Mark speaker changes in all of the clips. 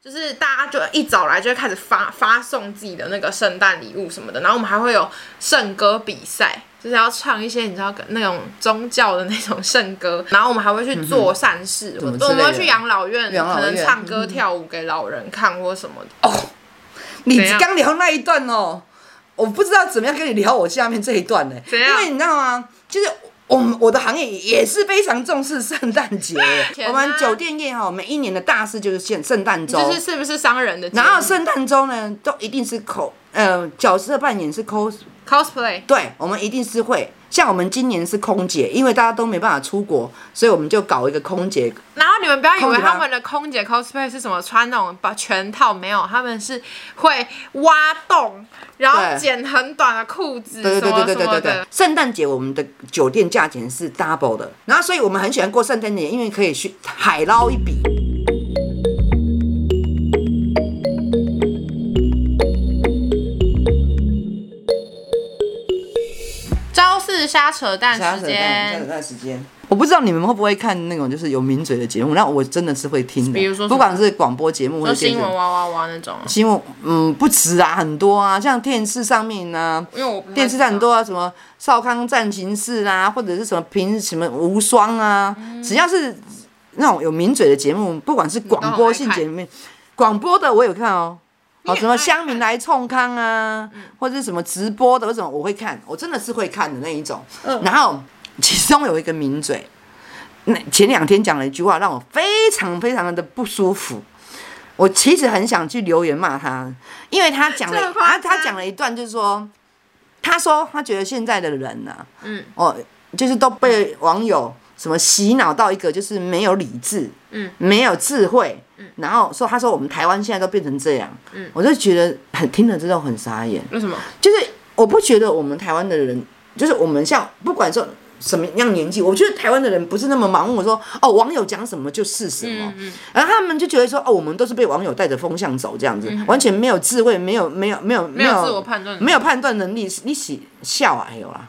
Speaker 1: 就是大家就一早来就会开始发发送自己的那个圣诞礼物什么的，然后我们还会有圣歌比赛，就是要唱一些你知道那种宗教的那种圣歌，然后我们还会去做善事，
Speaker 2: 怎么之
Speaker 1: 我
Speaker 2: 类的
Speaker 1: 们会去养老院，
Speaker 2: 养老
Speaker 1: 可
Speaker 2: 院
Speaker 1: 能唱歌跳舞给老人看或什么的。哦，
Speaker 2: 你
Speaker 1: 怎样
Speaker 2: 刚聊那一段哦，我不知道怎么样跟你聊我下面这一段呢、
Speaker 1: 怎样
Speaker 2: 因为你知道吗？就是我们我的行业也是非常重视圣诞节，
Speaker 1: 天啊
Speaker 2: 我们酒店业哈、哦每一年的大事就是圣圣诞周，
Speaker 1: 就是是不是商人的节目？
Speaker 2: 嗯然后圣诞周呢，都一定是口呃角色扮演是 cos，
Speaker 1: cosplay
Speaker 2: 对我们一定是会。像我们今年是空姐，因为大家都没办法出国，所以我们就搞一个空姐
Speaker 1: 然后你们不要以
Speaker 2: 空
Speaker 1: 为
Speaker 2: 姐吗
Speaker 1: 他们的空姐 cosplay 是什么穿那种把全套，没有，他们是会挖洞，然后
Speaker 2: 对
Speaker 1: 剪很短的裤子，
Speaker 2: 对
Speaker 1: 什
Speaker 2: 对
Speaker 1: 么
Speaker 2: 对对
Speaker 1: 什
Speaker 2: 对
Speaker 1: 么
Speaker 2: 对
Speaker 1: 的
Speaker 2: 对。。圣诞节我们的酒店价钱是 double 的，然后所以我们很喜欢过圣诞节，因为可以去海捞一笔。
Speaker 1: 招式瞎扯淡嗯时
Speaker 2: 加
Speaker 1: 间
Speaker 2: 等，待时间。我不知道你们会不会看那种就是有名嘴的节目，那我真的是会听的。
Speaker 1: 比如说什么
Speaker 2: 不管是广播节目或
Speaker 1: 说
Speaker 2: 者电
Speaker 1: 新
Speaker 2: 视
Speaker 1: 闻哇哇哇那种啊。
Speaker 2: 新闻，嗯，不止啊，很多啊，像电视上面啊呢、
Speaker 1: 因为我不太
Speaker 2: 电视
Speaker 1: 知道
Speaker 2: 上很多啊，什么《少康战情室》啊，或者是什么平什么无双啊，
Speaker 1: 嗯
Speaker 2: 只要是那种有名嘴的节目，不管是广播性节目，广播的我有看
Speaker 1: 嗯
Speaker 2: 哦。
Speaker 1: 也
Speaker 2: 哦，什么
Speaker 1: 爱看嗯
Speaker 2: 乡民来冲康啊，或者是什么直播的，为什么我会看？我真的是会看的那一种。
Speaker 1: 嗯
Speaker 2: 然后其中有一个名嘴，那前两天讲了一句话，让我非常非常的不舒服。我其实很想去留言骂他，因为他讲
Speaker 1: 这么
Speaker 2: 了
Speaker 1: 夸
Speaker 2: 他
Speaker 1: 张
Speaker 2: 他讲了一段，就是说，他说他觉得现在的人呐、
Speaker 1: 嗯，
Speaker 2: 哦，就是都被网友什么洗脑到一个就是没有理智，
Speaker 1: 嗯，
Speaker 2: 没有智慧，嗯，然后说他说我们台湾现在都变成这样，嗯，我就觉得很听了之后很傻眼，
Speaker 1: 为什么？
Speaker 2: 就是我不觉得我们台湾的人，就是我们像不管说什么样年纪，我觉得台湾的人不是那么盲目说哦，网友讲什么就是什么，嗯然后他们就觉得说哦，我们都是被网友带着风向走这样子，完全没有智慧，没有没有没有嗯没
Speaker 1: 有自我判断能力
Speaker 2: 没有判断能力，你喜笑啊，还有啦。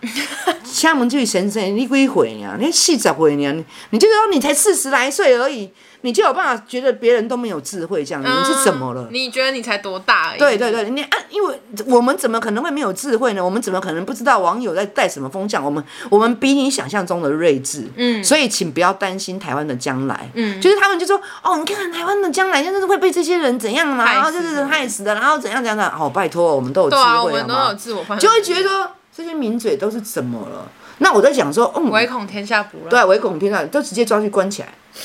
Speaker 2: 厦门这位先生，你几岁呀？你啊四十岁呀？你你就说哦你才四十来岁而已，你就有办法觉得别人都没有智慧这样，你是怎么了？
Speaker 1: 嗯你觉得你才多大而已？
Speaker 2: 对对对，你啊，因为我们怎么可能会没有智慧呢？我们怎么可能不知道网友在带什么风向？我们我们比你想象中的睿智，嗯，所以请不要担心台湾的将来，嗯，就是他们就说，哦，你看台湾的将来就是会被这些人怎样嘛，
Speaker 1: 害死
Speaker 2: 然后就是害死的，然后怎样怎样的，哦，拜托，我们都有智
Speaker 1: 对
Speaker 2: 慧
Speaker 1: 啊，
Speaker 2: 好
Speaker 1: 我
Speaker 2: 吗？
Speaker 1: 们都有自我判断，
Speaker 2: 就会觉得说这些名嘴都是怎么了？那我在想说，嗯，
Speaker 1: 唯恐天下不乱。
Speaker 2: 对，啊唯恐天下都直接抓去关起来。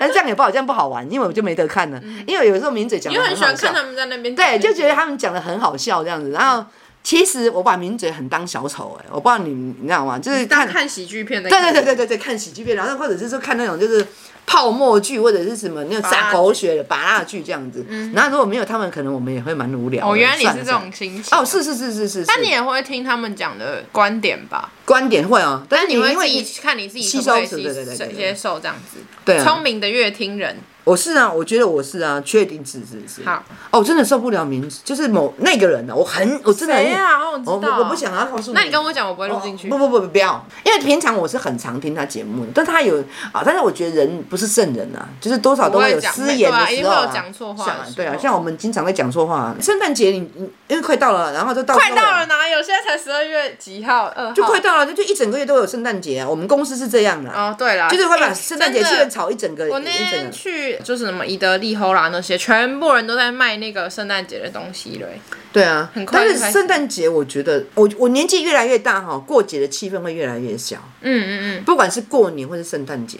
Speaker 2: 但这样也不好，这样不好玩，因为我就没得看了。因为有时候名嘴讲
Speaker 1: 嗯因
Speaker 2: 的
Speaker 1: 为
Speaker 2: 很
Speaker 1: 很
Speaker 2: 好
Speaker 1: 喜欢看
Speaker 2: 笑
Speaker 1: 他们在那边
Speaker 2: 对，就觉得
Speaker 1: 他
Speaker 2: 他们讲的很好笑这样子。然后其实我把名嘴很当小丑哎、我不知道你你知道吗？就是看
Speaker 1: 当看喜剧片的，
Speaker 2: 对对对对对对看喜剧片，然后或者是说看那种就是泡沫剧或者是什么那种
Speaker 1: 拔蜡剧
Speaker 2: 撒
Speaker 1: 嗯
Speaker 2: 狗血的拔蜡剧这样子。然后如果没有他们，可能我们也会蛮无聊的。
Speaker 1: 哦，原来你
Speaker 2: 算了
Speaker 1: 是这
Speaker 2: 算
Speaker 1: 种
Speaker 2: 了。
Speaker 1: 心情。
Speaker 2: 哦，是是是是是，
Speaker 1: 但
Speaker 2: 是
Speaker 1: 你也会听他们讲的观点吧？
Speaker 2: 观点会哦，
Speaker 1: 但
Speaker 2: 但是
Speaker 1: 你
Speaker 2: 因
Speaker 1: 会
Speaker 2: 为
Speaker 1: 自
Speaker 2: 你
Speaker 1: 己看你自己
Speaker 2: 吸
Speaker 1: 可不可以
Speaker 2: 收
Speaker 1: 吸
Speaker 2: 对对对对对
Speaker 1: 接受这样子。
Speaker 2: 对啊
Speaker 1: 聪明的乐听人，
Speaker 2: 我是啊，我觉得我是啊，确定是是是。
Speaker 1: 好，
Speaker 2: 哦，我真的受不了名字，就是某那个人呢、啊，我很我真的很
Speaker 1: 谁啊我知
Speaker 2: 我
Speaker 1: 道
Speaker 2: 我不想要告诉你。
Speaker 1: 那你跟我讲，我不会录进去。
Speaker 2: 哦不不不不不要，因为平常我是很常听他节目的，但他有啊，但是我觉得人不是圣人啊，就是多少都会有失言的
Speaker 1: 不会讲对啊一
Speaker 2: 时
Speaker 1: 定
Speaker 2: 候
Speaker 1: 会
Speaker 2: 啊
Speaker 1: 有讲错话的
Speaker 2: 像啊
Speaker 1: 时候
Speaker 2: 对啊，像我们经常在讲错话啊。圣诞节你你因为快到了，然后就到
Speaker 1: 快
Speaker 2: 时候
Speaker 1: 到了哪有？现在才十二月几号？二号。
Speaker 2: 就快到了，就就一整个月都有圣诞节啊。我们公司是这样的、啊
Speaker 1: 哦，对啦，
Speaker 2: 就是会把
Speaker 1: 哎
Speaker 2: 圣诞节气
Speaker 1: 真
Speaker 2: 氛
Speaker 1: 的
Speaker 2: 炒一整个，
Speaker 1: 我那
Speaker 2: 一整
Speaker 1: 天
Speaker 2: 个。
Speaker 1: 去就是什么宜得利、后啦那些，全部人都在卖那个圣诞节的东西嘞。
Speaker 2: 对啊，
Speaker 1: 很快
Speaker 2: 但
Speaker 1: 就开
Speaker 2: 是
Speaker 1: 始
Speaker 2: 圣诞节我觉得我我年纪越来越大哈，过节的气氛会越来越小。
Speaker 1: 嗯嗯
Speaker 2: 不管是过年或是圣诞节，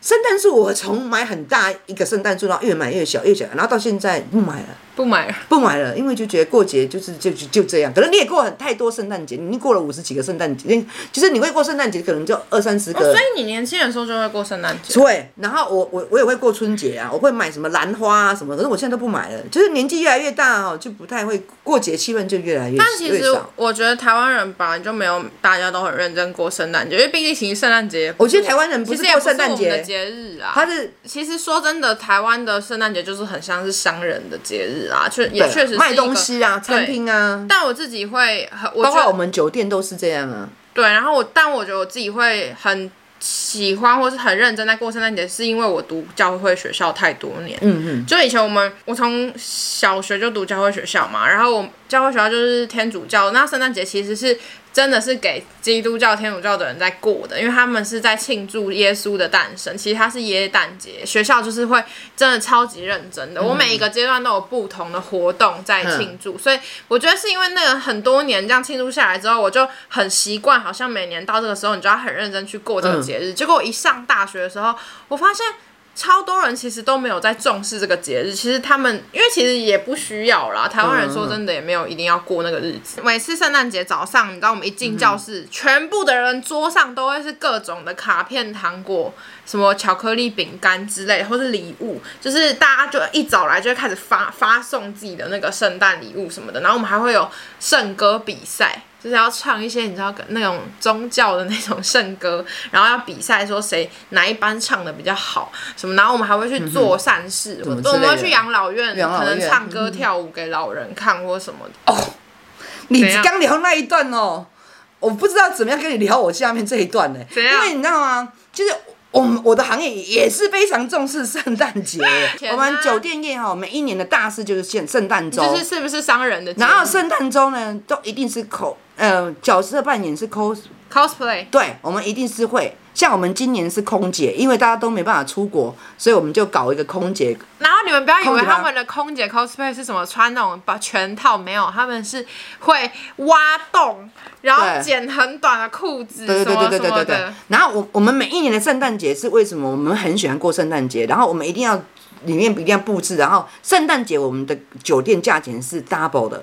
Speaker 2: 圣诞树我从买很大一个圣诞树，然后越买越小越小，然后到现在不买了，
Speaker 1: 嗯，不买了。
Speaker 2: 不买了，因为就觉得过节就是就就就这样。可能你也过很太多圣诞节，你已经过了五十几个圣诞节，你就是你会过圣诞节，可能就二三十
Speaker 1: 哦，所
Speaker 2: 个。
Speaker 1: 以你年轻的时候就会过圣诞节。
Speaker 2: 对，然后我我我也会过春节啊，我会买什么兰花啊什么，可是我现在都不买了，就是年纪越来越大哦，就不太会过节，气氛就越来越
Speaker 1: 但其
Speaker 2: 越
Speaker 1: 实
Speaker 2: 少。
Speaker 1: 我觉得台湾人本来就没有大家都很认真过圣诞节，因为毕竟其实圣诞节，
Speaker 2: 我觉得台湾人不
Speaker 1: 其
Speaker 2: 是
Speaker 1: 实也
Speaker 2: 过
Speaker 1: 不是我
Speaker 2: 圣诞
Speaker 1: 们的
Speaker 2: 节，
Speaker 1: 节日
Speaker 2: 他
Speaker 1: 啊。
Speaker 2: 是
Speaker 1: 其实说真的，台湾的圣诞节就是很像是商人的节日啊，确也
Speaker 2: 对
Speaker 1: 确实是一个
Speaker 2: 卖东。西啊，餐
Speaker 1: 对
Speaker 2: 厅啊，
Speaker 1: 但我自己会很，我
Speaker 2: 包
Speaker 1: 觉
Speaker 2: 括
Speaker 1: 得
Speaker 2: 我们酒店都是这样啊。
Speaker 1: 对，然后我但我觉得我自己会很喜欢或是很认真在过圣诞节，是因为我读教会学校太多年。嗯嗯，就以前我们我从小学就读教会学校嘛，然后我教会学校就是天主教，那圣诞节其实是真的是给基督教、天主教的人在过的，因为他们是在庆祝耶稣的诞生，其实它是耶诞节。学校就是会真的超级认真的，我每一个阶段都有不同的活动在庆祝，所以我觉得是因为那个很多年这样庆祝下来之后，我就很习惯，好像每年到这个时候，你就要很认真去过这个节日。结果我一上大学的时候，我发现。超多人其实都没有在重视这个节日，其实他们因为其实也不需要啦。台湾人说真的也没有一定要过那个日子。嗯嗯每次圣诞节早上，你知道我们一进教室，全部的人桌上都会是各种的卡片、糖果、什么巧克力、饼干之类的，或是礼物，就是大家就一早来就会开始发发送自己的那个圣诞礼物什么的。然后我们还会有圣歌比赛。就是要唱一些你知道那种宗教的那种圣歌，然后要比赛说谁哪一班唱的比较好什么，然后我们还会去做善事，
Speaker 2: 嗯么之
Speaker 1: 我
Speaker 2: 类的
Speaker 1: 们会去养老院，
Speaker 2: 养老
Speaker 1: 可
Speaker 2: 院嗯哦
Speaker 1: 能唱歌跳舞给老人看或什么的。
Speaker 2: 你
Speaker 1: 怎样
Speaker 2: 刚聊那一段哦，我不知道怎么样跟你聊我下面这一段呢、
Speaker 1: 怎样
Speaker 2: 因为你知道吗？就是我们我的行业也是非常重视圣诞节，
Speaker 1: 天哪
Speaker 2: 我们酒店业哈、每一年的大事就是圣圣诞周，
Speaker 1: 就是是不是商人的节目？
Speaker 2: 然后圣诞周呢，都一定是口呃角色扮演是 cos，
Speaker 1: cosplay
Speaker 2: 对我们一定是会。像我们今年是空姐，因为大家都没办法出国，所以我们就搞一个空姐
Speaker 1: 然后你们不要以
Speaker 2: 空
Speaker 1: 为
Speaker 2: 姐吗
Speaker 1: 他们的空姐 cosplay 是什么穿那种把全套，没有，他们是会挖洞，然后
Speaker 2: 对
Speaker 1: 剪很短的裤子，
Speaker 2: 对
Speaker 1: 什
Speaker 2: 对
Speaker 1: 么
Speaker 2: 对对
Speaker 1: 什
Speaker 2: 对
Speaker 1: 么
Speaker 2: 对对
Speaker 1: 的。。
Speaker 2: 然后我我们每一年的圣诞节是为什么我们很喜欢过圣诞节？然后我们一定要里面一定要布置，然后圣诞节我们的酒店价钱是 double 的。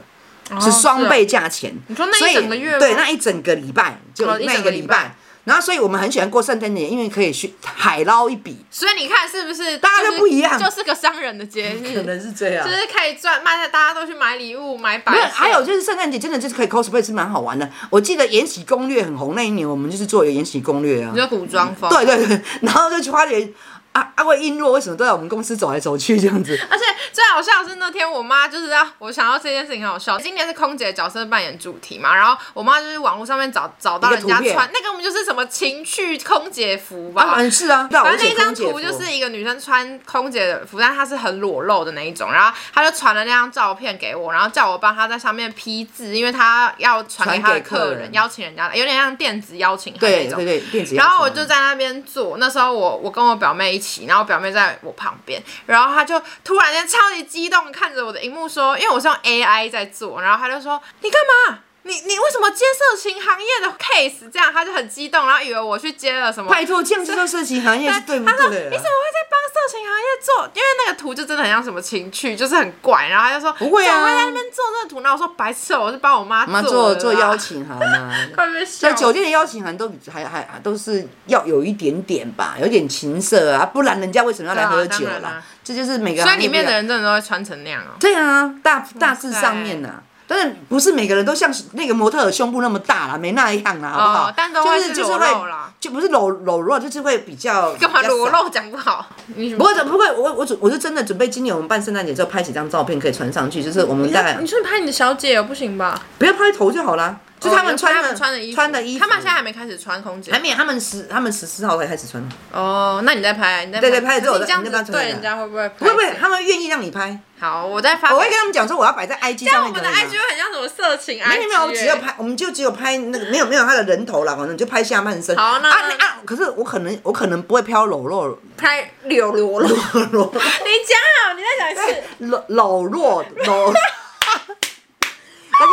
Speaker 2: 是双倍价钱。
Speaker 1: 哦啊你说那一
Speaker 2: 所以
Speaker 1: 整个月吗
Speaker 2: 对，那一整个礼拜，就
Speaker 1: 哦一
Speaker 2: 那
Speaker 1: 整
Speaker 2: 一个
Speaker 1: 个
Speaker 2: 礼
Speaker 1: 礼拜
Speaker 2: 拜。然后，所以我们很喜欢过圣诞节，因为可以去海捞一笔，
Speaker 1: 所以你看是不是？
Speaker 2: 大家都不一样
Speaker 1: 就是就是个商人的节日，
Speaker 2: 是这样
Speaker 1: 就是可以赚卖，大家都去买礼物、买摆
Speaker 2: 没
Speaker 1: 设。
Speaker 2: 有，还有就是圣诞节真的就是可以 cosplay 是蛮好玩的。我记得《延禧攻略》很红那一年，我们就是做《延禧攻略》啊。
Speaker 1: 你说古装风，
Speaker 2: 对对对， 然后就去花莲。啊阿慧璎珞为什么都在我们公司走来走去这样 子？
Speaker 1: 而且最好笑的是那天我妈就是要我想到这件事情很好笑，今年是空姐角色扮演主题嘛，然后我妈就是网络上面找找到
Speaker 2: 一个
Speaker 1: 人
Speaker 2: 图
Speaker 1: 家
Speaker 2: 片
Speaker 1: 穿那个我们就是什么情趣空姐服吧，
Speaker 2: 啊，是啊，对啊，
Speaker 1: 反
Speaker 2: 我
Speaker 1: 正
Speaker 2: 写
Speaker 1: 那张
Speaker 2: 空姐
Speaker 1: 图
Speaker 2: 服
Speaker 1: 就是一个女生穿空姐的服，但她是很裸露的那一种，然后她就传了那张照片给我，然后叫我帮她在上面批字，因为她要传给她的
Speaker 2: 传给
Speaker 1: 客
Speaker 2: 客人
Speaker 1: 人，邀请人家来，有点像电子邀请函那
Speaker 2: 对
Speaker 1: 种。
Speaker 2: 对对，电子。
Speaker 1: 然后我就在那边坐，那时候我我跟我表妹一起，然后我表妹在我旁边，然后她就突然间超级激动地看着我的荧幕说，因为我是用 AI 在做，然后她就说你干嘛？你你为什么接色情行业的 case？这样她就很激动，然后以为我去接了什么
Speaker 2: 拜托，这样子做色情行业是 对不
Speaker 1: 他说：“
Speaker 2: 对
Speaker 1: 你
Speaker 2: 的
Speaker 1: 怎
Speaker 2: 啊？
Speaker 1: 么会在帮色情行业做？因为那个图就真的很像什么情趣，就是很怪。”然后他就说：“
Speaker 2: 不会啊
Speaker 1: 怎么会在那边做这个图？”然后我说：“白痴哦，我是帮我妈
Speaker 2: 我们
Speaker 1: 做
Speaker 2: 做
Speaker 1: 的
Speaker 2: 做
Speaker 1: 啦
Speaker 2: 邀，请函
Speaker 1: ，
Speaker 2: 啊
Speaker 1: 快被笑
Speaker 2: 所以。酒店的邀请函都比还还还都是要有一点点吧，有点情色啊，不然人家为什么要来喝酒
Speaker 1: 对啊当然
Speaker 2: 啦
Speaker 1: 啊？
Speaker 2: 这就是每”个
Speaker 1: 所以
Speaker 2: 行业
Speaker 1: 里面
Speaker 2: 不一
Speaker 1: 的
Speaker 2: 样
Speaker 1: 人真的都会穿成那样哦。
Speaker 2: 对啊，大大致上面呐、但是不是每个人都像那个模特儿胸部那么大啦，没那样啦，好不好？
Speaker 1: 哦但都
Speaker 2: 就
Speaker 1: 会
Speaker 2: 是
Speaker 1: 是
Speaker 2: 就是
Speaker 1: 裸
Speaker 2: 会
Speaker 1: 露啦，
Speaker 2: 就不是裸裸露，啊就是会比较
Speaker 1: 干嘛
Speaker 2: 比较少
Speaker 1: 裸露讲不好？你
Speaker 2: 不过不过我我准我是真的准备今年我们办圣诞节之后拍几张照片可以传上去，就是我们大概
Speaker 1: 你去拍你的小姐哦，不行吧？
Speaker 2: 不要拍头就好啦，就
Speaker 1: 哦
Speaker 2: 他们
Speaker 1: 你
Speaker 2: 穿
Speaker 1: 他
Speaker 2: 的、
Speaker 1: 们穿的衣服，
Speaker 2: 穿的衣服，哎
Speaker 1: 他们现在还没开始穿空姐
Speaker 2: 还。没有他们十他们十四号才开始穿，
Speaker 1: 哦，那你再拍啊，你再
Speaker 2: 对对拍了之后
Speaker 1: 可是你这样
Speaker 2: 我再
Speaker 1: 子
Speaker 2: 你再把它传回来
Speaker 1: 对人家会不会不
Speaker 2: 不会不会，他们愿意让你拍，
Speaker 1: 好，我再发给。
Speaker 2: 我会跟他们讲说我要摆在 IG
Speaker 1: 但
Speaker 2: 上
Speaker 1: 我
Speaker 2: 面可
Speaker 1: 们的
Speaker 2: 啊以吗？
Speaker 1: IG 会很像什么色情 IG？
Speaker 2: 没有没有，我只
Speaker 1: 欸
Speaker 2: 有拍，我们就只有拍那个没有没有他的人头啦，反正就拍下半身。
Speaker 1: 好那
Speaker 2: 啊啊！可是我可能我可能不会飘裸露
Speaker 1: 拍柳裸露。
Speaker 2: 裸裸
Speaker 1: 你讲好，你再讲一次。
Speaker 2: 裸裸裸 裸。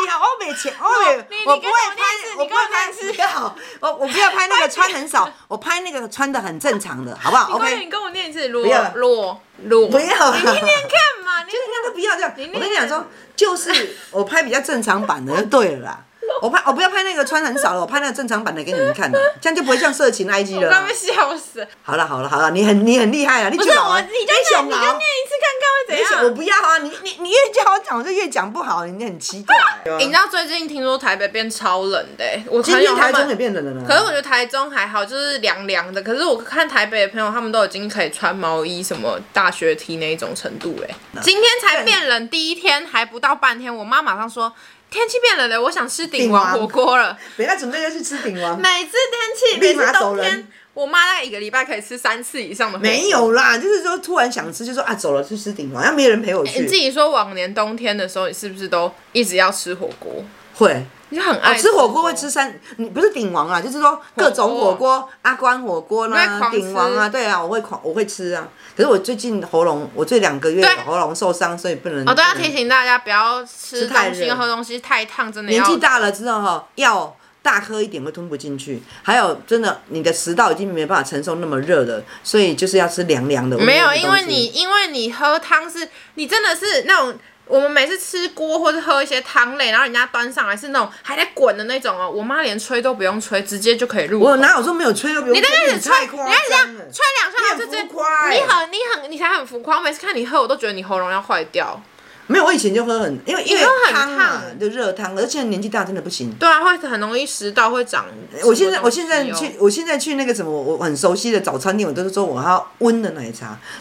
Speaker 2: 你好，哎欧美前欧美
Speaker 1: 你，
Speaker 2: 我
Speaker 1: 你
Speaker 2: 不
Speaker 1: 跟
Speaker 2: 会
Speaker 1: 我念
Speaker 2: 拍
Speaker 1: 一，次
Speaker 2: 我
Speaker 1: 你
Speaker 2: 不
Speaker 1: 跟我
Speaker 2: 会拍
Speaker 1: 念一次
Speaker 2: 不要，我我不要拍那个穿很少，我拍那个穿的很正常的，好不好
Speaker 1: 你快
Speaker 2: ？OK，
Speaker 1: 点跟我念一次，裸
Speaker 2: 要了
Speaker 1: 裸裸。
Speaker 2: 不要啊
Speaker 1: 你念念看 嘛，你
Speaker 2: 那个不要这样
Speaker 1: 你。那
Speaker 2: 我跟你讲说，就是我拍比较正常版的就对 了啦。我拍我不要拍那个穿很少的，我拍那个正常版的给你们看的，这样就不会像色情 IG
Speaker 1: 我
Speaker 2: 了
Speaker 1: 刚
Speaker 2: 啦
Speaker 1: 被。笑死。
Speaker 2: 好了好了好了，你很你很厉啊害啊！你
Speaker 1: 不
Speaker 2: 最
Speaker 1: 是
Speaker 2: 好
Speaker 1: 我，
Speaker 2: 啊，
Speaker 1: 你就念，
Speaker 2: 想
Speaker 1: 你就念一次看
Speaker 2: 啊，
Speaker 1: 看
Speaker 2: 你
Speaker 1: 会怎
Speaker 2: 想我
Speaker 1: 样。
Speaker 2: 不要啊！你你你越叫我讲，我就越讲不好，你很奇怪。啊
Speaker 1: 你知道最近听说台北变超冷的欸，我
Speaker 2: 今
Speaker 1: 哎朋
Speaker 2: 天
Speaker 1: 友他
Speaker 2: 台中也
Speaker 1: 们。
Speaker 2: 变冷了
Speaker 1: 可是
Speaker 2: 呢。
Speaker 1: 我觉得台中还好，就是凉凉的。可是我看台北的朋友，他们都已经可以穿毛衣、什么大学 T 那一种程度嘞。今天才变冷，第一天还不到半天，我妈马上说天气变冷了，我想吃鼎王
Speaker 2: 鼎王
Speaker 1: 火锅了。
Speaker 2: 等一下准备要去吃鼎王，
Speaker 1: 每次天气，每
Speaker 2: 立马
Speaker 1: 次
Speaker 2: 走
Speaker 1: 冬
Speaker 2: 人
Speaker 1: 天，我妈大概一个礼拜可以吃三次以上的火锅
Speaker 2: 没有啦，就是说突然想吃，就说啊走了去吃鼎王，要没有人陪我去，
Speaker 1: 哎你自己说，往年冬天的时候，你是不是都一直要吃火锅？
Speaker 2: 会。
Speaker 1: 你就很爱、
Speaker 2: 哦吃火锅会吃。三，你不是鼎王啊，就是说各种火锅，阿关火锅
Speaker 1: 你会
Speaker 2: 啦，
Speaker 1: 狂吃
Speaker 2: 鼎王啊，对啊，我会狂，我会吃啊。可是我最近喉咙，我这两个月
Speaker 1: 对
Speaker 2: 喉咙受伤，所以不能。
Speaker 1: 哦，都要
Speaker 2: 不能
Speaker 1: 提醒大家不要吃
Speaker 2: 吃太
Speaker 1: 东西、
Speaker 2: 热
Speaker 1: 喝东西太烫，真的
Speaker 2: 年
Speaker 1: 要
Speaker 2: 纪大了之后哈，要大颗一点会吞不进去，还有真的你的食道已经没办法承受那么热了，所以就是要吃凉凉的。
Speaker 1: 没有，
Speaker 2: 温温的
Speaker 1: 因
Speaker 2: 东
Speaker 1: 为
Speaker 2: 西
Speaker 1: 你因为你喝汤是，你真的是那种。我们每次吃锅或者喝一些汤类，然后人家端上来是那种还在滚的那种哦。我妈连吹都不用吹，直接就可以入口。
Speaker 2: 我哪有说没有吹到？
Speaker 1: 你
Speaker 2: 你
Speaker 1: 刚开始吹，
Speaker 2: 太
Speaker 1: 你
Speaker 2: 夸
Speaker 1: 开始这样
Speaker 2: 张
Speaker 1: 吹
Speaker 2: 了。
Speaker 1: 两下，
Speaker 2: 你
Speaker 1: 然后
Speaker 2: 很
Speaker 1: 就这
Speaker 2: 浮夸欸
Speaker 1: 你很你很你才很浮夸。我每次看你喝，我都觉得你喉咙要坏掉。
Speaker 2: 没有，我以前就喝很，因为因为
Speaker 1: 都很
Speaker 2: 汤啊
Speaker 1: 烫，
Speaker 2: 就热汤，而且年纪大真的不行。
Speaker 1: 对啊，会很容易食道会长什么东西哦。
Speaker 2: 我现在我现在去我现在去那个什么我我很熟悉的早餐店，我都是说我要温的奶茶，
Speaker 1: 敢再
Speaker 2: 温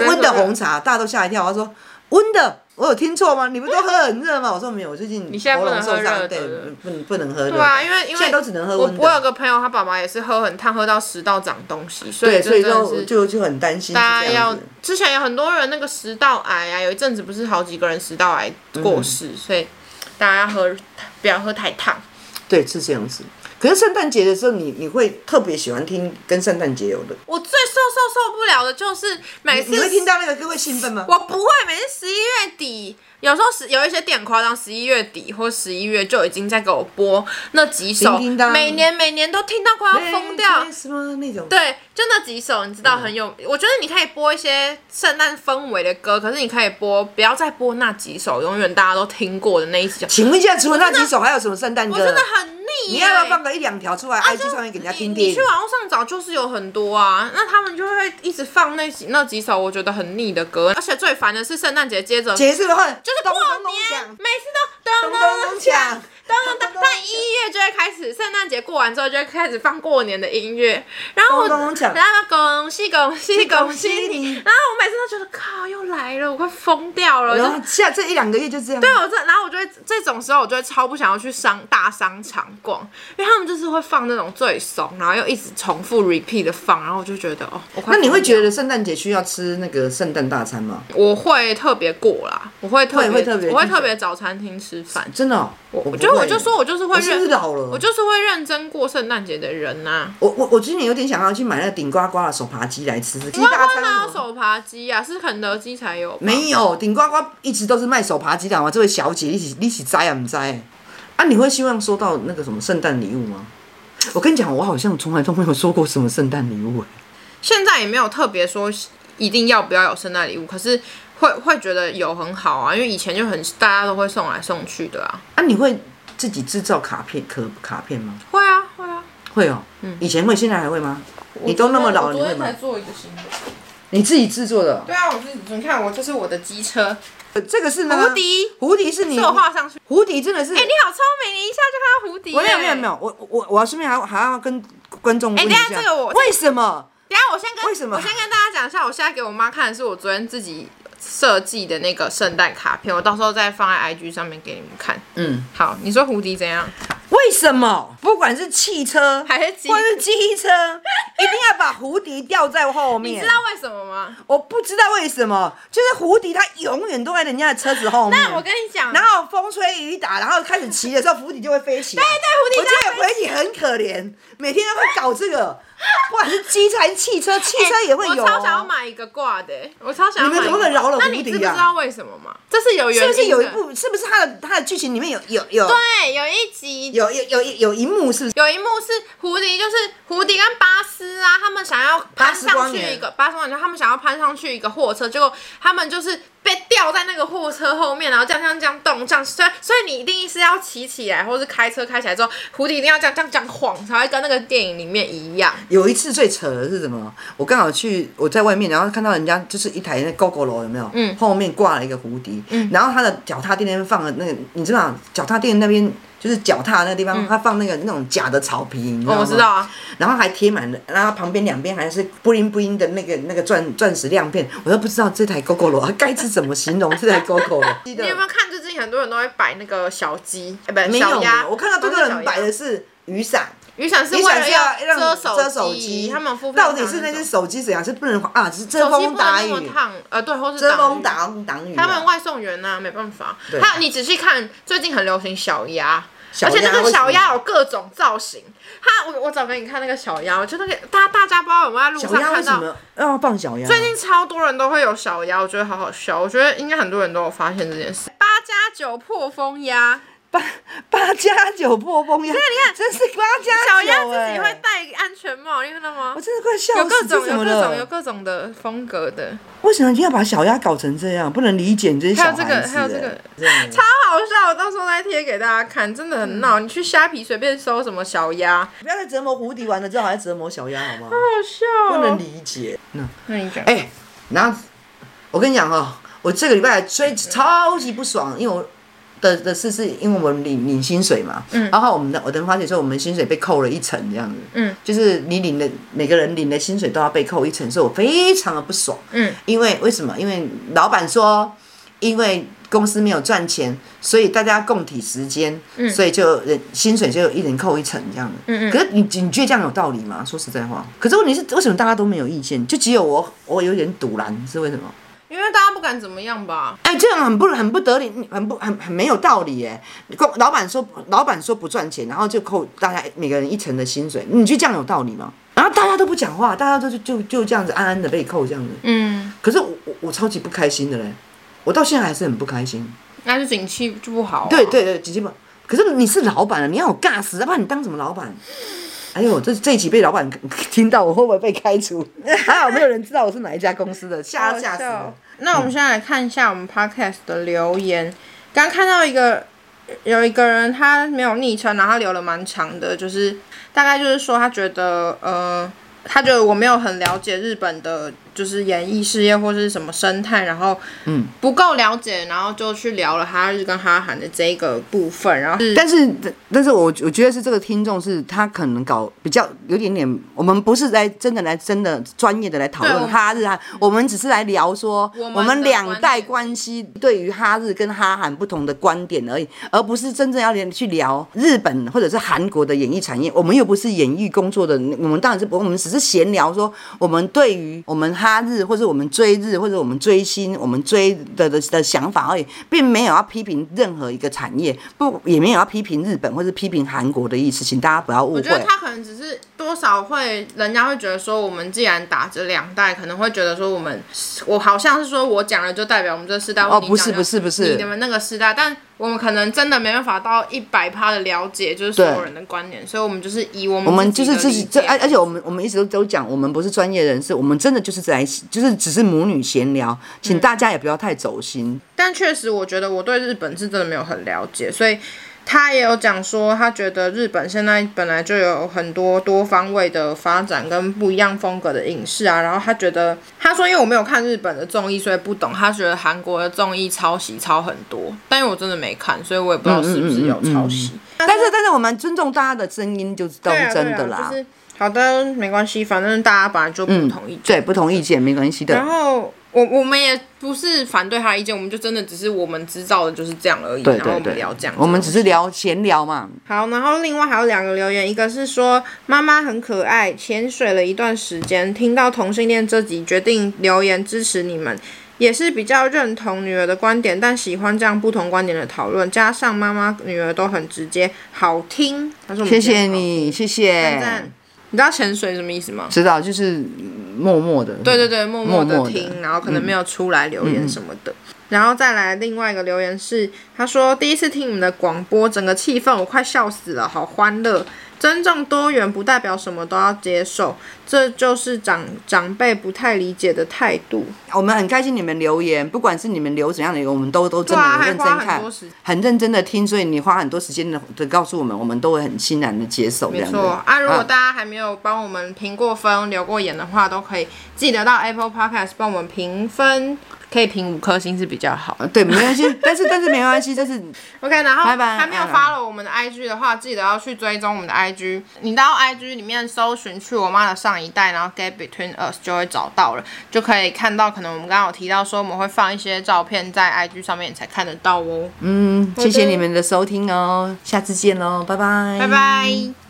Speaker 1: 说
Speaker 2: 温的
Speaker 1: 热
Speaker 2: 红茶，大家都吓一跳。他说温的，我有听错吗？你们都喝很热吗？我说没有，我最近
Speaker 1: 现在
Speaker 2: 喉
Speaker 1: 不能
Speaker 2: 咙
Speaker 1: 喝
Speaker 2: 受伤，
Speaker 1: 热的
Speaker 2: 对
Speaker 1: 对不对，
Speaker 2: 不能不能喝热的。
Speaker 1: 对啊，因为因
Speaker 2: 现在
Speaker 1: 为
Speaker 2: 都只能喝
Speaker 1: 我
Speaker 2: 温的
Speaker 1: 我有个朋友，他爸爸也是喝很烫，喝到食道长东西，所
Speaker 2: 对，
Speaker 1: 以
Speaker 2: 所以
Speaker 1: 就真的
Speaker 2: 说
Speaker 1: 是
Speaker 2: 就就很担心是
Speaker 1: 大家
Speaker 2: 这样
Speaker 1: 要
Speaker 2: 子。
Speaker 1: 之前有很多人那个食道癌啊，有一阵子不是好几个人食道癌
Speaker 2: 嗯
Speaker 1: 过世，所以大家要喝不要喝太烫。
Speaker 2: 对，是这样子。可是圣诞节的时候，你你会特别喜欢听跟圣诞节有的，
Speaker 1: 我最受受受不了的哎就是每次
Speaker 2: 你会听到那个歌会兴奋吗？
Speaker 1: 我不会，每次十一月底，有时候十有一些店夸张，十一月底或十一月就已经在给我播那几首，
Speaker 2: 叮叮当
Speaker 1: 每年每年都听到快要疯掉。
Speaker 2: 什么哎那种？
Speaker 1: 对，就那几首，你知道很有，我觉得你可以播一些圣诞氛围的歌，可是你可以播，不要再播那几首永远大家都听过的那一首，
Speaker 2: 请问一下，除了那几首，还有什么圣诞歌？
Speaker 1: 我真的很腻、欸。
Speaker 2: 你要不要放个一两条出来
Speaker 1: 就
Speaker 2: ？IG 上面给人家听
Speaker 1: 你你
Speaker 2: 听
Speaker 1: 去。网络上找就是有很多啊，那他们就会一直放那几那几首我觉得很腻的歌，而且最烦的是圣诞节接着
Speaker 2: 结束的话，就
Speaker 1: 就是
Speaker 2: 咚
Speaker 1: 过
Speaker 2: 咚咚
Speaker 1: 年，
Speaker 2: 响，
Speaker 1: 每次都咚
Speaker 2: 咚咚咚响，
Speaker 1: 咚咚咚，但一月就会开始，圣诞节过完之后就会开始放过年的音乐，然后我，
Speaker 2: 咚咚咚响
Speaker 1: 然后恭喜恭喜恭喜
Speaker 2: 恭喜
Speaker 1: 你
Speaker 2: 你，
Speaker 1: 然后我每次都觉得靠又来了，我快疯掉了，
Speaker 2: 然
Speaker 1: 就
Speaker 2: 后下这一两个月就这样。
Speaker 1: 对我这，然后我就会这种时候，我就会超不想要去商大商场逛，因为他们就是会放那种最怂，然后又一直重复 repeat 的放，然后我就觉得哦，我快
Speaker 2: 那你会
Speaker 1: 疯掉
Speaker 2: 觉得圣诞节需要吃那个圣诞大餐吗？
Speaker 1: 我会特别过啦，我会特别
Speaker 2: 会会特别
Speaker 1: 我会
Speaker 2: 去找
Speaker 1: 特别找餐厅吃饭。
Speaker 2: 真的哦，我
Speaker 1: 我
Speaker 2: 不
Speaker 1: 觉得我
Speaker 2: 会
Speaker 1: 就说，我就是会
Speaker 2: 我是不是
Speaker 1: 认，
Speaker 2: 老了
Speaker 1: 我？就是会认真过圣诞节的人呐、
Speaker 2: 我我我今年有点想要去买那个顶呱呱的手扒鸡来吃，鸡
Speaker 1: 我
Speaker 2: 大
Speaker 1: 会
Speaker 2: 餐
Speaker 1: 哪
Speaker 2: 好
Speaker 1: 有
Speaker 2: 吗
Speaker 1: 手扒鸡啊？是肯德基才有吧。
Speaker 2: 没有，顶呱呱一直都是卖手扒鸡的嘛。这位小姐，一起一起摘啊，你摘啊？你会希望收到那个什么圣诞礼物吗？我跟你讲，我好像从来都没有收过什么圣诞礼物、欸
Speaker 1: 现在也没有特别说一定要不要有圣诞礼物，可是会会觉得有很好啊，因为以前就很大家都会送来送去的啊。
Speaker 2: 啊，你会自己制造卡片壳卡片吗？
Speaker 1: 会啊，会啊。
Speaker 2: 会哦，以前会，现在还会吗？你都那么老了，你会吗？
Speaker 1: 做一个新的。
Speaker 2: 你自己制作的
Speaker 1: 对啊，我自己你看我这是我的机车，
Speaker 2: 哦，这个是呢
Speaker 1: 胡，迪
Speaker 2: 胡迪是你
Speaker 1: 是我画上去。
Speaker 2: 胡迪真的是
Speaker 1: 哎、，你好聪明，你一下就看到胡迪、
Speaker 2: 我没有
Speaker 1: 哎
Speaker 2: 没有没。有，我我我顺便还还要跟观众问一
Speaker 1: 哎等一下
Speaker 2: 下
Speaker 1: 这个我，
Speaker 2: 为什么？
Speaker 1: 等一下我先跟
Speaker 2: 为什么
Speaker 1: 我先跟大家讲一下，我现在给我妈看的是我昨天自己设计的那个圣诞卡片，我到时候再放在 IG 上面给你们看。
Speaker 2: 嗯，
Speaker 1: 好，你说胡迪怎样？
Speaker 2: 为什么？不管是汽车
Speaker 1: 还是鸡
Speaker 2: 或是机车，一定要把胡迪吊在后
Speaker 1: 你
Speaker 2: 面
Speaker 1: 知。道为什么吗？
Speaker 2: 我不知道为什么，就是胡迪他永远都在人家的车子后面。
Speaker 1: 那我跟你讲，
Speaker 2: 然后风吹雨打，然后开始骑的时候，蝴蝶就会飞起来。对
Speaker 1: 哎对蝴蝶
Speaker 2: 我觉得蝴蝶很可怜，每天都会搞这个，不管是机车还是汽车，汽车也会有、
Speaker 1: 哎
Speaker 2: 哦
Speaker 1: 我超想要买一个挂的、欸我超想要买一个。
Speaker 2: 你们怎么可能饶了
Speaker 1: 那你
Speaker 2: 胡迪
Speaker 1: 知不知
Speaker 2: 啊
Speaker 1: 道为什么吗？这是有原
Speaker 2: 哦是
Speaker 1: 因
Speaker 2: 不
Speaker 1: 的。
Speaker 2: 是有一部？是不是它的它的剧情里面有有有
Speaker 1: 对，有一集
Speaker 2: 有有有有一幕是不是？
Speaker 1: 有一幕是胡迪，就是胡迪跟巴斯啊，他们想要攀
Speaker 2: 巴斯
Speaker 1: 上
Speaker 2: 光
Speaker 1: 去
Speaker 2: 年
Speaker 1: 一个巴斯光年，他们想要攀上去一个货车，结果他们就是被吊在那个货车后面，然后这样这样这样动，这样，所以所以你一定是要骑起来，或是开车开起来之后，胡迪一定要这样这样这样晃，才会跟那个电影里面一样。
Speaker 2: 有一次最扯的是什么？我刚好去我在外面，然后看到人家就是一台那 GoGo 楼有没有？
Speaker 1: 嗯
Speaker 2: 后面挂了一个蝴蝶，嗯，然后他的脚踏垫那边放了那个，你知道脚踏垫那边就是脚踏那个地方，他放那个那种假的草皮，你知
Speaker 1: 嗯
Speaker 2: 道
Speaker 1: 哦，
Speaker 2: 吗？
Speaker 1: 我知道啊，
Speaker 2: 然后还贴满了，然后旁边两边还是布灵布灵的那个那个钻钻石亮片，我都不知道这台 GoGo 罗该是怎么形容这台 GoGo 罗。记 得
Speaker 1: 你有没有看？最近很多人都会摆那个小鸡，哎、不，
Speaker 2: 没
Speaker 1: 小鸭，
Speaker 2: 有？我看到
Speaker 1: 都
Speaker 2: 多
Speaker 1: 是小
Speaker 2: 个
Speaker 1: 鸭
Speaker 2: 人摆的是雨伞，
Speaker 1: 雨伞是
Speaker 2: 你
Speaker 1: 为
Speaker 2: 想
Speaker 1: 了
Speaker 2: 是要让
Speaker 1: 遮
Speaker 2: 遮手
Speaker 1: 机，他们有附票
Speaker 2: 到
Speaker 1: 上
Speaker 2: 底是
Speaker 1: 那
Speaker 2: 那
Speaker 1: 种
Speaker 2: 只手机怎样？是不能啊，是遮
Speaker 1: 手机
Speaker 2: 风
Speaker 1: 不能那
Speaker 2: 挡
Speaker 1: 么
Speaker 2: 雨，
Speaker 1: 烫，呃，对，或是
Speaker 2: 遮
Speaker 1: 挡
Speaker 2: 风
Speaker 1: 雨。
Speaker 2: 挡挡雨啊。
Speaker 1: 他们外送员呐、没办法。
Speaker 2: 对
Speaker 1: 还有你仔细看，最近很流行小鸭，
Speaker 2: 小
Speaker 1: 而且那
Speaker 2: 鸭
Speaker 1: 个
Speaker 2: 为什么
Speaker 1: 小鸭有各种造型。它，我我找给你看那个小鸭，我觉得那个大大家不知道有没有在路
Speaker 2: 小
Speaker 1: 上
Speaker 2: 鸭为
Speaker 1: 看
Speaker 2: 什
Speaker 1: 到。
Speaker 2: 么要放小鸭？
Speaker 1: 最近超多人都会有小鸭，我觉得好好笑。我觉得应该很多人都有发现这件事。八加九破风鸭，
Speaker 2: 八八加九破风鸭，你看真是八加九、
Speaker 1: 啊小鸭自己
Speaker 2: 哎
Speaker 1: 会戴安全帽，你看到吗
Speaker 2: 我？真的快笑
Speaker 1: 有各
Speaker 2: 死！这
Speaker 1: 种
Speaker 2: 怎
Speaker 1: 有
Speaker 2: 么
Speaker 1: 各种有
Speaker 2: 了？
Speaker 1: 各种的风格的，
Speaker 2: 为什么一定要把小鸭搞成这样？不能理解你这些小孩子、
Speaker 1: 还有这个还有这个
Speaker 2: 哎真的
Speaker 1: 超好笑！我到时候再贴给大家看，真的很
Speaker 2: 嗯
Speaker 1: 闹。你去虾皮随便搜什么小鸭，好
Speaker 2: 不要再折磨胡迪完了之后还要折磨小鸭好 吗？
Speaker 1: 笑
Speaker 2: 不
Speaker 1: 哦、
Speaker 2: 能理解。嗯，
Speaker 1: 那你讲，
Speaker 2: 哎、然后我跟你讲哦，我这个礼拜追超级不爽，因为我的的事是因为我们领领薪水嘛，嗯，然后我们的我的发现说我们薪水被扣了一层这样子，
Speaker 1: 嗯，
Speaker 2: 就是你领的每个人领的薪水都要被扣一层，所以我非常的不爽，
Speaker 1: 嗯，
Speaker 2: 因为为什么？因为老板说，因为公司没有赚钱，所以大家共体时间，嗯，所以就人薪水就一人扣一层这样子，
Speaker 1: 嗯嗯
Speaker 2: 可是你你觉得这样有道理吗？说实在话，可是问题是为什么大家都没有意见，就只有我我有点堵然，是为什么？
Speaker 1: 因为大家不敢怎么样吧？
Speaker 2: 哎，这样很不很不得理，很不很很没有道理哎。公老板说老板说不赚钱，然后就扣大家每个人一层的薪水，你觉得这样有道理吗？然后大家都不讲话，大家都就就就这样子安安的被扣这样子。
Speaker 1: 嗯，
Speaker 2: 可是我我我超级不开心的嘞，我到现在还是很不开心。
Speaker 1: 那就景气就不好、啊
Speaker 2: 对，对对，姐姐们，可是你是老板啊，你要有尬死，要不然你当什么老板？哎呦，这这一集被老板 听到，我会不会被开 除？还好没有人知道我是哪一家公司的，吓
Speaker 1: 好
Speaker 2: 吓死
Speaker 1: 笑
Speaker 2: 了。。
Speaker 1: 那我们现在来看一下我们 podcast 的留言，刚看到一个。有一个人他没有昵称，然后他留了蛮长的，就是大概就是说他觉得呃，他觉得我没有很了解日本的，就是演艺事业或是什么生态，然后嗯不够了解，然后就去聊了哈日跟哈韩的这一个部分，然后是
Speaker 2: 但是，但是我我觉得是这个听众是他可能搞比较有点点，我们不是来真的来真的专业的来讨
Speaker 1: 对我
Speaker 2: 论
Speaker 1: 们
Speaker 2: 哈日啊，我们只是来聊说
Speaker 1: 我们的
Speaker 2: 我们两
Speaker 1: 观
Speaker 2: 代
Speaker 1: 点
Speaker 2: 关系对于哈日跟哈韩不同的观点而已，而不是真正要连去聊日本或者是韩国的演艺产业。我们又不是演艺工作的，我们当然是不，我们只是闲聊说我们对于我们哈日或者我们追日或者我们追星我们追的的的想法而已，并没有要批评任何一个产业，不也没有要批评日本或者批评韩国的意思，请大家不要误
Speaker 1: 我觉得
Speaker 2: 会。
Speaker 1: 他可能只是多少会，人家会觉得说，我们既然打着两代，可能会觉得说我们，我好像是说我讲了就代表我们这世代，
Speaker 2: 哦
Speaker 1: 你
Speaker 2: 不是
Speaker 1: 讲了
Speaker 2: 不是不是
Speaker 1: 你们那个世代，但我们可能真的没办法到一百趴的了解，就是所有人的观点，所以我们就是以我们
Speaker 2: 我们
Speaker 1: 自
Speaker 2: 就
Speaker 1: 己
Speaker 2: 是
Speaker 1: 的
Speaker 2: 自己
Speaker 1: 理
Speaker 2: 这，哎
Speaker 1: 解
Speaker 2: 而而且我们我们一直都都讲，我们不是专业人士，我们真的就是在就是只是母女闲聊，
Speaker 1: 嗯
Speaker 2: 请大家也不要太走心。
Speaker 1: 但确实，我觉得我对日本是真的没有很了解，所以他也有讲说，他觉得日本现在本来就有很多多方位的发展跟不一样风格的影视啊。然后他觉得，他说因为我没有看日本的综艺，所以不懂。他觉得韩国的综艺抄袭抄很多，但因为我真的没看，所以我也不知道是不是有抄袭。
Speaker 2: 但是但是我们尊重大家的声音，就是都
Speaker 1: 嗯对
Speaker 2: 是
Speaker 1: 啊
Speaker 2: 真的
Speaker 1: 对啊
Speaker 2: 啦嗯
Speaker 1: 就。是好的，没关系，反正大家本来就不同意见。
Speaker 2: 对，不同意见没关系
Speaker 1: 然
Speaker 2: 的。
Speaker 1: 后我我们也不是反对他的意见，我们就真的只是我们知道的就是这样而已。
Speaker 2: 对
Speaker 1: 然后
Speaker 2: 对
Speaker 1: 我们
Speaker 2: 对
Speaker 1: 聊这样，，哦
Speaker 2: 我们只是聊闲聊嘛。
Speaker 1: 好，然后另外还有两个留言，一个是说妈妈很可爱，潜水了一段时间，听到同性恋这集，决定留言支持你们，也是比较认同女儿的观点，但喜欢这样不同观点的讨论，加上妈妈女儿都很直接，好听。他说我们
Speaker 2: 谢
Speaker 1: 今
Speaker 2: 谢
Speaker 1: 天好
Speaker 2: 你，谢
Speaker 1: 嗯赞
Speaker 2: 谢
Speaker 1: 赞。。你知道潜水什么意思吗？
Speaker 2: 知道就是嗯默默的。
Speaker 1: 对对对，默默嗯的
Speaker 2: 默默地
Speaker 1: 听，然后可能没有出来留言什么的。然后再来另外一个留言是，他说第一次听你们的广播，整个气氛我快笑死了，好欢乐。尊重多元不代表什么都要接受，这就是长长辈不太理解的态度。
Speaker 2: 我们很开心你们留言，不管是你们留怎样的言，我们都都真的
Speaker 1: 对啊
Speaker 2: 很
Speaker 1: 还
Speaker 2: 认真
Speaker 1: 花很
Speaker 2: 看
Speaker 1: 多时，
Speaker 2: 很认真的听，所以你花很多时间的的告诉我们，我们都会很欣然的接受这
Speaker 1: 没
Speaker 2: 样子。
Speaker 1: 错啊，如果大家还没有帮我们评过分、留过言的话，都可以记得到 Apple Podcast 帮我们评分，可以评五颗星是比较好。
Speaker 2: 啊 对，没关系，但是但是没关系，但是
Speaker 1: OK，然后
Speaker 2: 拜拜
Speaker 1: 还没有
Speaker 2: 拜拜
Speaker 1: follow 我们的 IG 的话，记得要去追踪我们的 IG。你到 IG 里面搜寻“去我妈的上一代”，然后 “Get Between Us” 就会找到了，就可以看到。可能我们刚刚有提到说，我们会放一些照片在 IG 上面，你才看得到哦。
Speaker 2: 嗯，谢谢你们的收听哦，下次见喽，拜拜，
Speaker 1: 拜。拜。